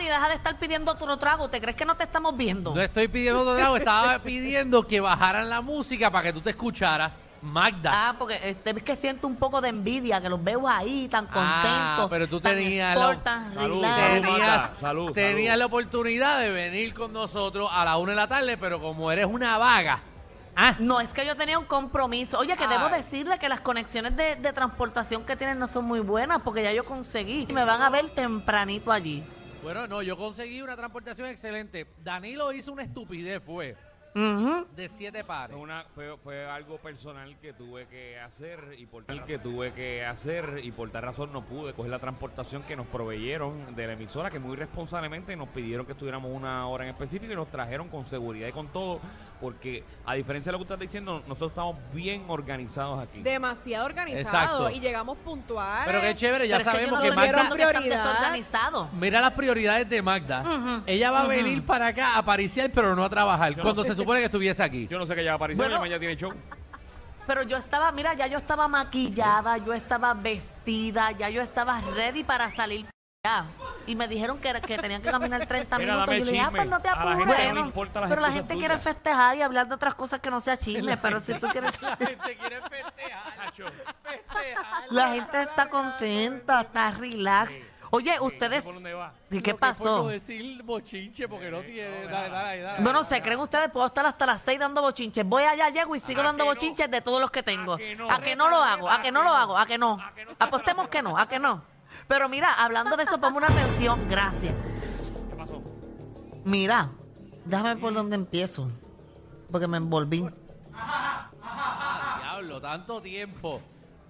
y deja de estar pidiendo otro trago. ¿Te crees que no te estamos viendo? No estoy pidiendo otro trago, estaba pidiendo que bajaran la música para que tú te escucharas. Magda. Ah, porque este, es que siento un poco de envidia, que los veo ahí tan contentos. Ah, pero tú tan tenías sport, la- tan Salud, relax. salud, Tenías, Magda. Salud, tenías salud. la oportunidad de venir con nosotros a la una de la tarde, pero como eres una vaga. Ah, No, es que yo tenía un compromiso. Oye, que Ay. debo decirle que las conexiones de, de transportación que tienen no son muy buenas porque ya yo conseguí. Y me van a ver tempranito allí. bueno, no, yo conseguí una transportación excelente. Danilo hizo una estupidez, fue, Ujú. de siete pares. Fue, una- fue- fue algo personal que tuve que hacer y por tal que tuve que hacer y por tal razón no pude coger la transportación que nos proveyeron de la emisora que muy responsablemente nos pidieron que estuviéramos una hora en específico y nos trajeron con seguridad y con todo porque a diferencia de lo que usted está diciendo nosotros estamos bien organizados aquí. Demasiado Exacto. organizado y llegamos puntuales. Pero qué chévere, ya Pero es que yo sabemos no que, lo Magda- entiendo Magda... dieron que están prioridad. desorganizados. Mira las prioridades de Magda. Ujú, Ella va a ujú. venir para acá a pariciar, pero no a trabajar, Yo no cuando sé. se supone que estuviese aquí. Yo no sé qué ya apareció, Bueno. ya tiene show. Pero yo estaba, mira, ya yo estaba maquillada, yo estaba vestida, ya yo estaba ready para salir ya. Y me dijeron que, que tenían que caminar 30 Mira, minutos. dame Y yo le dije, ah, chisme. pues no te A la apures. gente no le importan las pero la excusas gente tuyas. quiere festejar y hablar de otras cosas que no sea chisme. Pero si tú quieres... gente quiere festejar, festejar. La gente está contenta, está relax. Oye, ustedes... ¿Por dónde va? ¿Y qué Lo que por pasó? No decir bochinche porque no Eh, tiene. no, dale, nada. dale, dale. Bueno, ¿se creen ustedes? Puedo estar hasta las 6 dando bochinches. Voy allá, llego y sigo ¿A dando que no? bochinches de todos los que tengo. ¿A que no? ¿A que no lo hago? ¿A que no lo hago? ¿A que no? ¿A que no? Apostemos que no, ¿a que no? Pero mira, hablando de eso, ponme una atención. Gracias. ¿Qué pasó? Mira, déjame ver por dónde empiezo. Porque me envolví. Diablo, tanto tiempo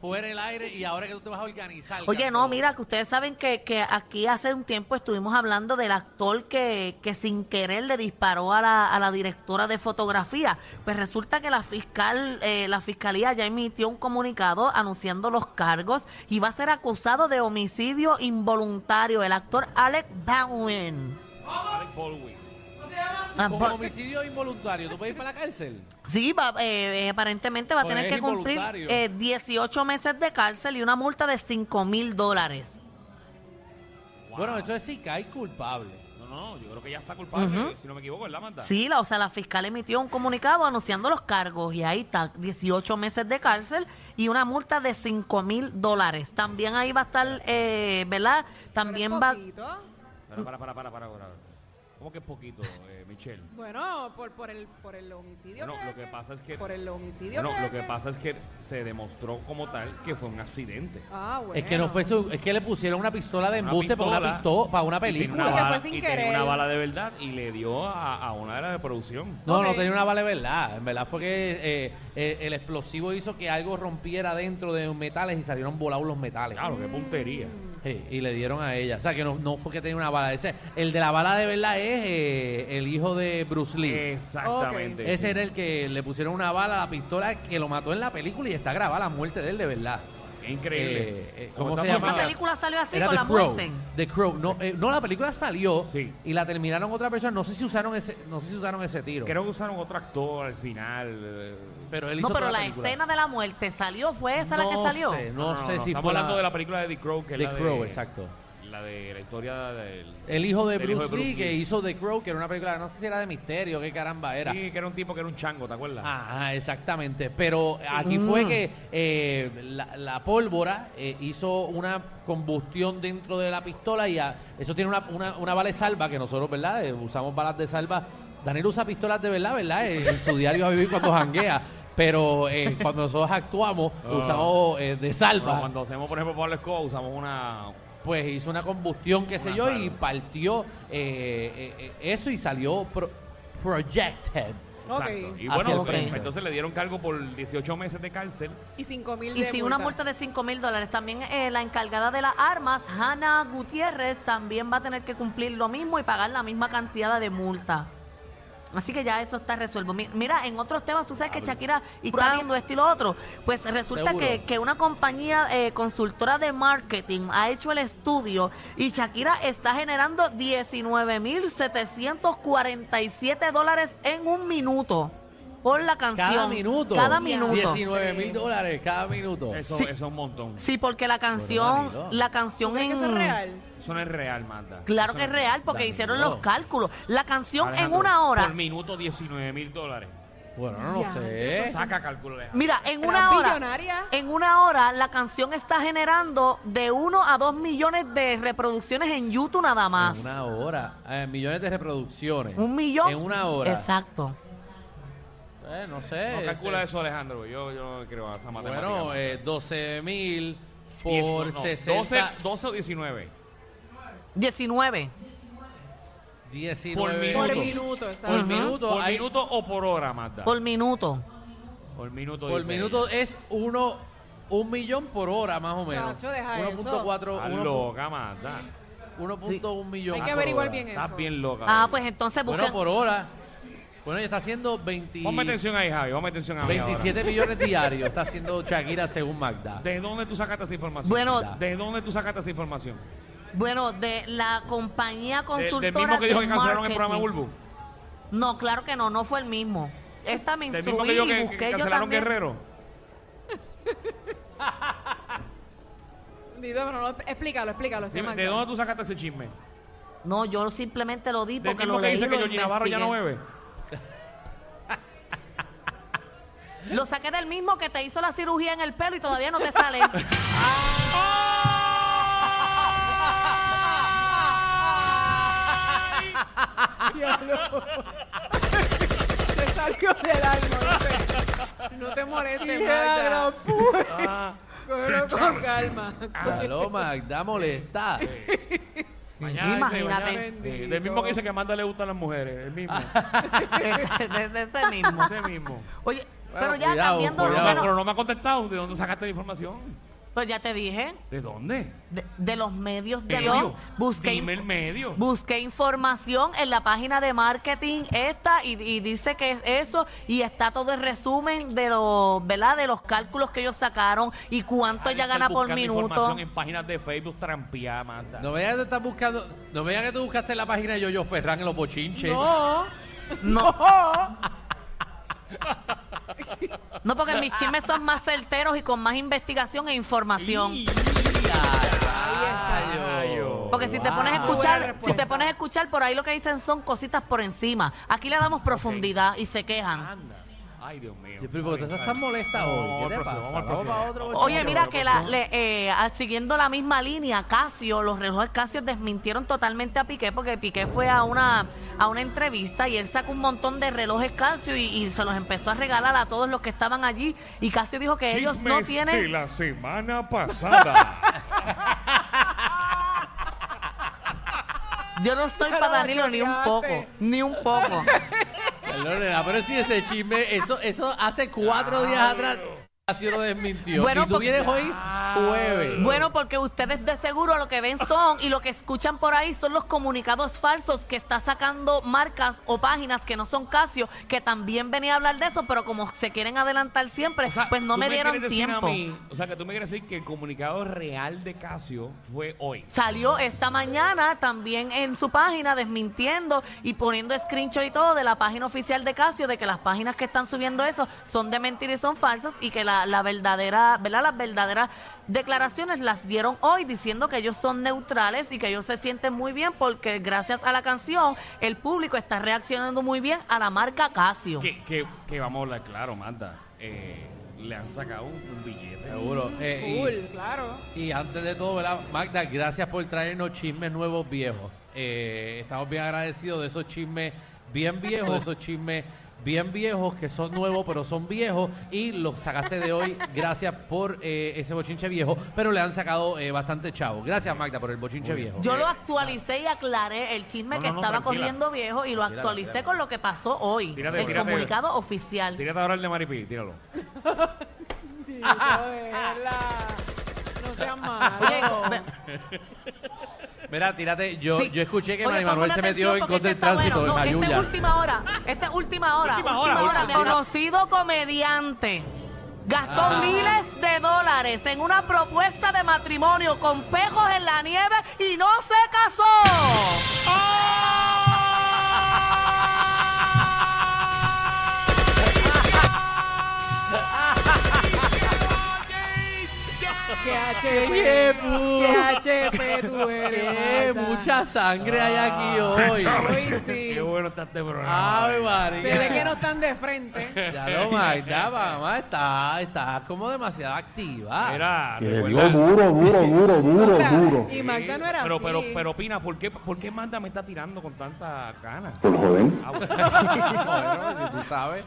fuera el aire y ahora que tú te vas a organizar. Oye, no, cabrón. mira, que ustedes saben que, que aquí hace un tiempo estuvimos hablando del actor que, que sin querer le disparó a la, a la directora de fotografía. Pues resulta que la fiscal, eh, la fiscalía ya emitió un comunicado anunciando los cargos y va a ser acusado de homicidio involuntario el actor Alec Baldwin. Alec Baldwin. Ah, Con por- homicidio involuntario, ¿tú puedes ir para la cárcel? Sí, va- eh, eh, aparentemente va a Pues tener es que cumplir involuntario. eh, 18 meses de cárcel y una multa de 5 mil dólares. Bueno, eso es si cae culpable. No, no, yo creo que ya está culpable, si no me equivoco, ¿verdad, Manda? Sí, la, o sea, la fiscal emitió un comunicado anunciando los cargos y ahí está, 18 meses de cárcel y una multa de 5 mil dólares. También ahí va a estar, eh, ¿verdad? También Pero es va... poquito. Para, para, para, para, para, para. ¿Cómo que es poquito, eh, Michelle? Bueno, por, por, el, por el homicidio. Bueno, lo que pasa es que- Por el homicidio. Bueno, lo que pasa es que se demostró como tal que fue un accidente. Ah, bueno. Es que no fue su- es que le pusieron una pistola de Una embuste para una pistola. pistola, para una Y tenía película. una Porque fue bala- sin y tenía querer. una bala de verdad y le dio a, a una de las de producción. No, no Ok. tenía una bala de verdad. En verdad fue que eh, eh, el explosivo hizo que algo rompiera dentro de metales y salieron volados los metales. Claro, qué puntería. Sí, y le dieron a ella. O sea, que no, no fue que tenía una bala. Ese, el de la bala de verdad es eh, el hijo de Bruce Lee. Este. Exactamente. Ese era el que le pusieron una bala a la pistola que lo mató en la película y está grabada la muerte de él de verdad. Qué increíble. Eh, eh, Como ¿cómo se llama? estamos Esa Llamada. película salió así Era con The la Crow. muerte. The Crow. No, eh, no, la película salió Sí. y la terminaron otra persona. No sé si usaron ese, no sé si usaron ese tiro. Creo que usaron otro actor al final. eh. pero él hizo No, pero otra la película. escena de la muerte salió, fue esa la que No salió. sé, no, sé si Estamos fue la- hablando de la película de The Crow. Que es The la de- Crow, exacto. La de la historia del... El hijo de del Bruce, Lee, que Lee. hizo The Crow, que era una película, no sé si era de misterio, qué caramba era. Sí, que era un tipo que era un chango, ¿te acuerdas? Ajá, exactamente. Pero aquí fue que eh, la, la pólvora eh, hizo una combustión dentro de la pistola y a- eso tiene una, una, una bala de salva que nosotros, ¿verdad? Eh, usamos balas de salva. Daniel usa pistolas de verdad, ¿verdad? Eh, en su diario a vivir cuando janguea. Pero eh, cuando nosotros actuamos, Ah. usamos eh, de salva. Bueno, cuando hacemos, por ejemplo, Pablo Escobar, usamos una... pues hizo una combustión, qué sé Una yo, y salva. partió eh, eh, eh, eso y salió pro- projected. Ok. Exacto. Y Hacia bueno, el pues, frente. entonces le dieron cargo por 18 meses de cárcel. Y 5 mil Y sí, una multa de 5 mil dólares. También eh, la encargada de las armas, Hannah Gutiérrez, también va a tener que cumplir lo mismo y pagar la misma cantidad de multa. Así que ya eso está resuelto. Mi- Mira, en otros temas, tú sabes que Shakira y está dando esto y lo otro. Pues resulta Seguro. que, que una compañía eh, consultora de marketing ha hecho el estudio y Shakira está generando 19.747 dólares en un minuto por la canción. Cada minuto. Cada minuto. 19 mil dólares cada minuto. Eso, Sí. eso es un montón. Sí, porque la canción, Danilo. la canción ¿Tú crees en que eso es real? eso no es real, Manda. Claro que es real porque Danilo. hicieron los cálculos. La canción Alejandro, en una hora. Por minuto 19 mil dólares. Bueno, no lo Ya, sé. ¿eh? Saca cálculo, Alejandro. Mira, en Era una hora. billonaria. En una hora la canción está generando de 1 a 2 millones de reproducciones en YouTube nada más. En una hora. Eh, millones de reproducciones. Un millón. En una hora. Exacto. Eh, no sé. No calcula ese- eso, Alejandro. Yo, yo no creo a esa matemática. Bueno, Manda. eh, 12 mil Y esto, por no, 60. 12, 12 o 19. 19. 19 Por Por minuto. minuto, Por exacto. minuto. Por hay- minuto o por hora, Manda. Por minuto. Por minuto. por dice minuto ella. es uno, un millón por hora, más o menos. Chacho, deja eso. 1.4. Estás uno pu- loca, Manda. 1.1 millón. Hay por que averiguar hora. bien eso. Estás bien loca. Ah, bro. pues entonces Bueno, busquen. por hora. Bueno, ya está haciendo 20 Ponme atención ahí, Javi. Ponme atención ahí. 27 millones diarios. Está haciendo Shakira según Magda. ¿De dónde tú sacaste esa información? Bueno- ¿De dónde tú sacaste esa información? Bueno, de la compañía ¿De- consultora. ¿Del mismo que dijo que de cancelaron el marketing. programa Bulbu? No, claro que no, no fue el mismo. Esta me ¿Del mismo instruí que dijo y que, que busqué yo cancelaron también. Guerrero? Dito, pero no lo- explícalo, explícalo. estoy Dime, mal. ¿De dónde tú sacaste ese chisme? No, yo simplemente lo di ¿Del porque mismo lo que leí. dice que lo Georgie Navarro ya no investigué. bebe? Lo saqué del mismo que te hizo la cirugía en el pelo y todavía no te sale. Diablo. Ah, Te salió del alma, no te, no te molestes, Magda. Ah, Cógelo con calma. Aló, Magda, molesta. Mañana dice, Imagínate. mañana- Eh, Del mismo que dice que a Amanda le gustan las mujeres. El mismo. Ese- de- de ese mismo. ese mismo. Oye, Bueno, pero ya cuidado, cambiando Pero, de no, cuidado. bueno, pero no me ha contestado. ¿De dónde sacaste la información? pues ya te dije, ¿De dónde? de, de los medios de Medio. los busqué, Dime inf- el medio. busqué información en la página de marketing esta y, y dice que es eso y está todo el resumen de los, ¿verdad? De los cálculos que ellos sacaron y cuánto Hay que ella estar gana por buscando minuto. información en páginas de Facebook trampeada, Amanda. No me digas que tú estás buscando. No me digas que tú buscaste en la página de Yoyo Ferran en los bochinches. No. No, Oh, no porque mis chismes son más certeros y con más investigación e información. Rayo. Porque si te pones a Wow. Buena escuchar, si respuesta. te pones a escuchar, por ahí lo que dicen son cositas por encima. Aquí le damos profundidad y se quejan. Anda. Ay, Dios mío. Sí, pero ¿por qué tú estás tan molesta Vamos hoy? al ¿Qué te próximo, pasa? vamos al próximo. Vamos pa' otro bochinche. Oye, mira que la, le- eh, ah, siguiendo la misma línea, Casio, los relojes Casio desmintieron totalmente a Piqué porque Piqué fue a una a una entrevista y él sacó un montón de relojes Casio y, y se los empezó a regalar a todos los que estaban allí y Casio dijo que ellos no Chismes de tienen la semana pasada. yo no estoy Ya lo para Danilo ni un poco, bachoteaste. ni un poco. Lorena, ah, pero si ese chisme, eso, eso hace cuatro días atrás así lo desmintió. Bueno, y tú porque- vienes hoy jueves. Bueno, porque ustedes de seguro lo que ven son y lo que escuchan por ahí son los comunicados falsos que está sacando marcas o páginas que no son Casio, que también venía a hablar de eso, pero como se quieren adelantar siempre, O sea, pues no tú me dieron quieres decir a tiempo. mí- o sea, que tú me quieres decir que el comunicado real de Casio fue hoy. Salió esta mañana también en su página desmintiendo y poniendo screenshot y todo de la página oficial de Casio de que las páginas que están subiendo eso son de mentira y son falsas y que la, la verdadera, ¿verdad? Las verdaderas declaraciones las dieron hoy diciendo que ellos son neutrales y que ellos se sienten muy bien porque gracias a la canción el público está reaccionando muy bien a la marca Casio. Que, que, que vamos a hablar claro, Manda. Eh, le han sacado un, un billete. Seguro. Eh, y- Full, claro. Y antes de todo, ¿verdad? Magda, gracias por traernos chismes nuevos viejos. Eh, estamos bien agradecidos de esos chismes bien viejos, de esos chismes bien viejos que son nuevos pero son viejos y los sacaste de hoy. Gracias por eh, ese bochinche viejo, pero le han sacado eh, bastante chavo. Gracias Magda por el bochinche viejo. Yo lo actualicé y aclaré el chisme Eh, No, que no, no, estaba tranquila. corriendo viejo y lo Tranquila, actualicé tranquila. con lo que pasó hoy, Tírate, el tírate. comunicado oficial. Tírate ahora el de Maripí, tíralo. Dito, de verdad. No seas Oye, malo. co- ve- Mira, tírate, yo, Sí. yo escuché que Oye, Mari ponme Manuel se atención metió en porque contra del este está tránsito bueno. en No, Esta es Jayuya. última hora. Esta es última hora. Última, Última hora, hora. última hora. Conocido comediante. Gastó Ah. miles de dólares en una propuesta de matrimonio con pejos en la nieve y no se casó. ¡Qué HP! ¡Qué HP! que tú ¡Qué eres. Magda. Eh, mucha sangre hay aquí hoy! Hoy Qué sí. bueno está este programa. ¡Ay, María! Se ve que no están de frente. Ya lo Magda, mamá, está, está como demasiado activa. Mira, Que le recuerda- dio duro, duro, duro, duro, Magda, duro. Y Magda no era pero, así. Pero, pero, Pina, ¿por qué, ¿por qué Magda me está tirando con tanta cana? Por joder. Ah, bueno. Tú sabes.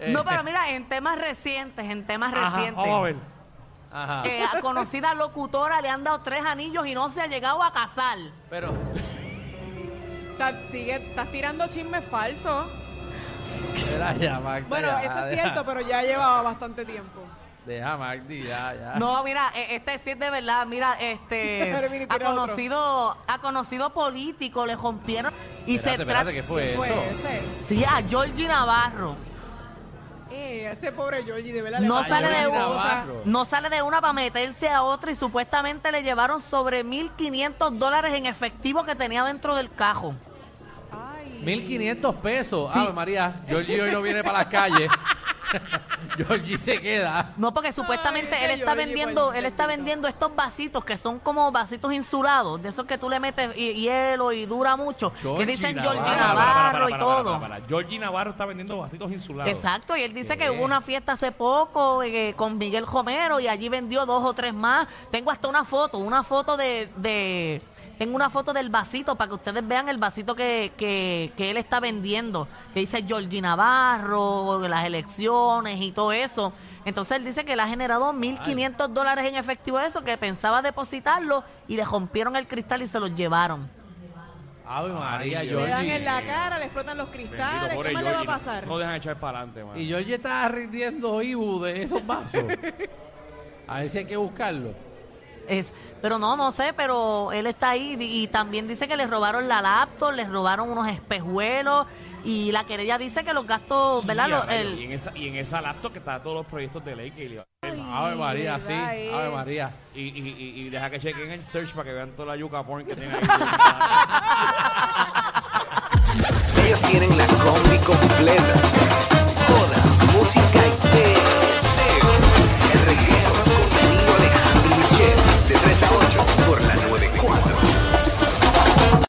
Eh. No, pero mira, en temas recientes, en temas Ajá, recientes. vamos a ver. Ajá. eh, a conocida locutora le han dado tres anillos y no se ha llegado a casar. Pero, Está- sigue, estás tirando chismes falsos. mira, ya, Magda. Bueno, ya, eso deja- es cierto, pero ya llevaba bastante tiempo. Deja, Magdi, ya, ya. No, mira, eh, este sí es de verdad. Mira, Pero este mira, ha tira otro. conocido, ha conocido político, le rompieron y espérate, se trata espérate, ¿qué fue eso? Pues ese, sí a Georgie Navarro. eh, ese pobre Georgie, de verdad. le No pasa sale de una una. cosa. No sale de una para meterse a otra y supuestamente le llevaron sobre 1.500 dólares en efectivo que tenía dentro del cajón. Ay. 1500 pesos. Sí. Ave María, Georgie hoy no viene para las calles. Georgie se queda. No, porque supuestamente ese él está Georgie, vendiendo, pues, él está bendito. vendiendo estos vasitos que son como vasitos insulados, de esos que tú le metes hi- hielo y dura mucho, que Georgie dicen Navarro. Georgie Para, Navarro para, para, para, y para, todo. para, para, para. Georgie Navarro está vendiendo vasitos insulados. Exacto, y él dice que ¿Qué? hubo una fiesta hace poco eh, con Miguel Romero y allí vendió dos o tres más. Tengo hasta una foto, una foto de... de- tengo una foto del vasito para que ustedes vean el vasito que, que- que él está vendiendo, que dice Georgie Navarro, las elecciones y todo eso. Entonces él dice que le ha generado 1.500 dólares en efectivo de eso, que pensaba depositarlo y le rompieron el cristal y se los llevaron. Ave María, Ay, Le dan Georgie. en la cara, le explotan los Bendito, cristales. pobre ¿Qué más le va a Georgie, no- pasar? No, dejan echar para adelante, man. Y Georgie está rindiendo Ibu de esos vasos. A ver si hay que buscarlo. Es, pero no, no sé, pero él está ahí di- y también dice que le robaron la laptop, les robaron unos espejuelos y la querella dice que los gastos, ¿verdad? Y, Lo- a rayos, y el- en esa, y en esa laptop que está todos los proyectos de ley que le- Ave María, sí. ¿verdad es? Ave María. y, y, y- y deja que chequen el search para que vean toda la yuca porn que tiene ahí. Ellos tienen la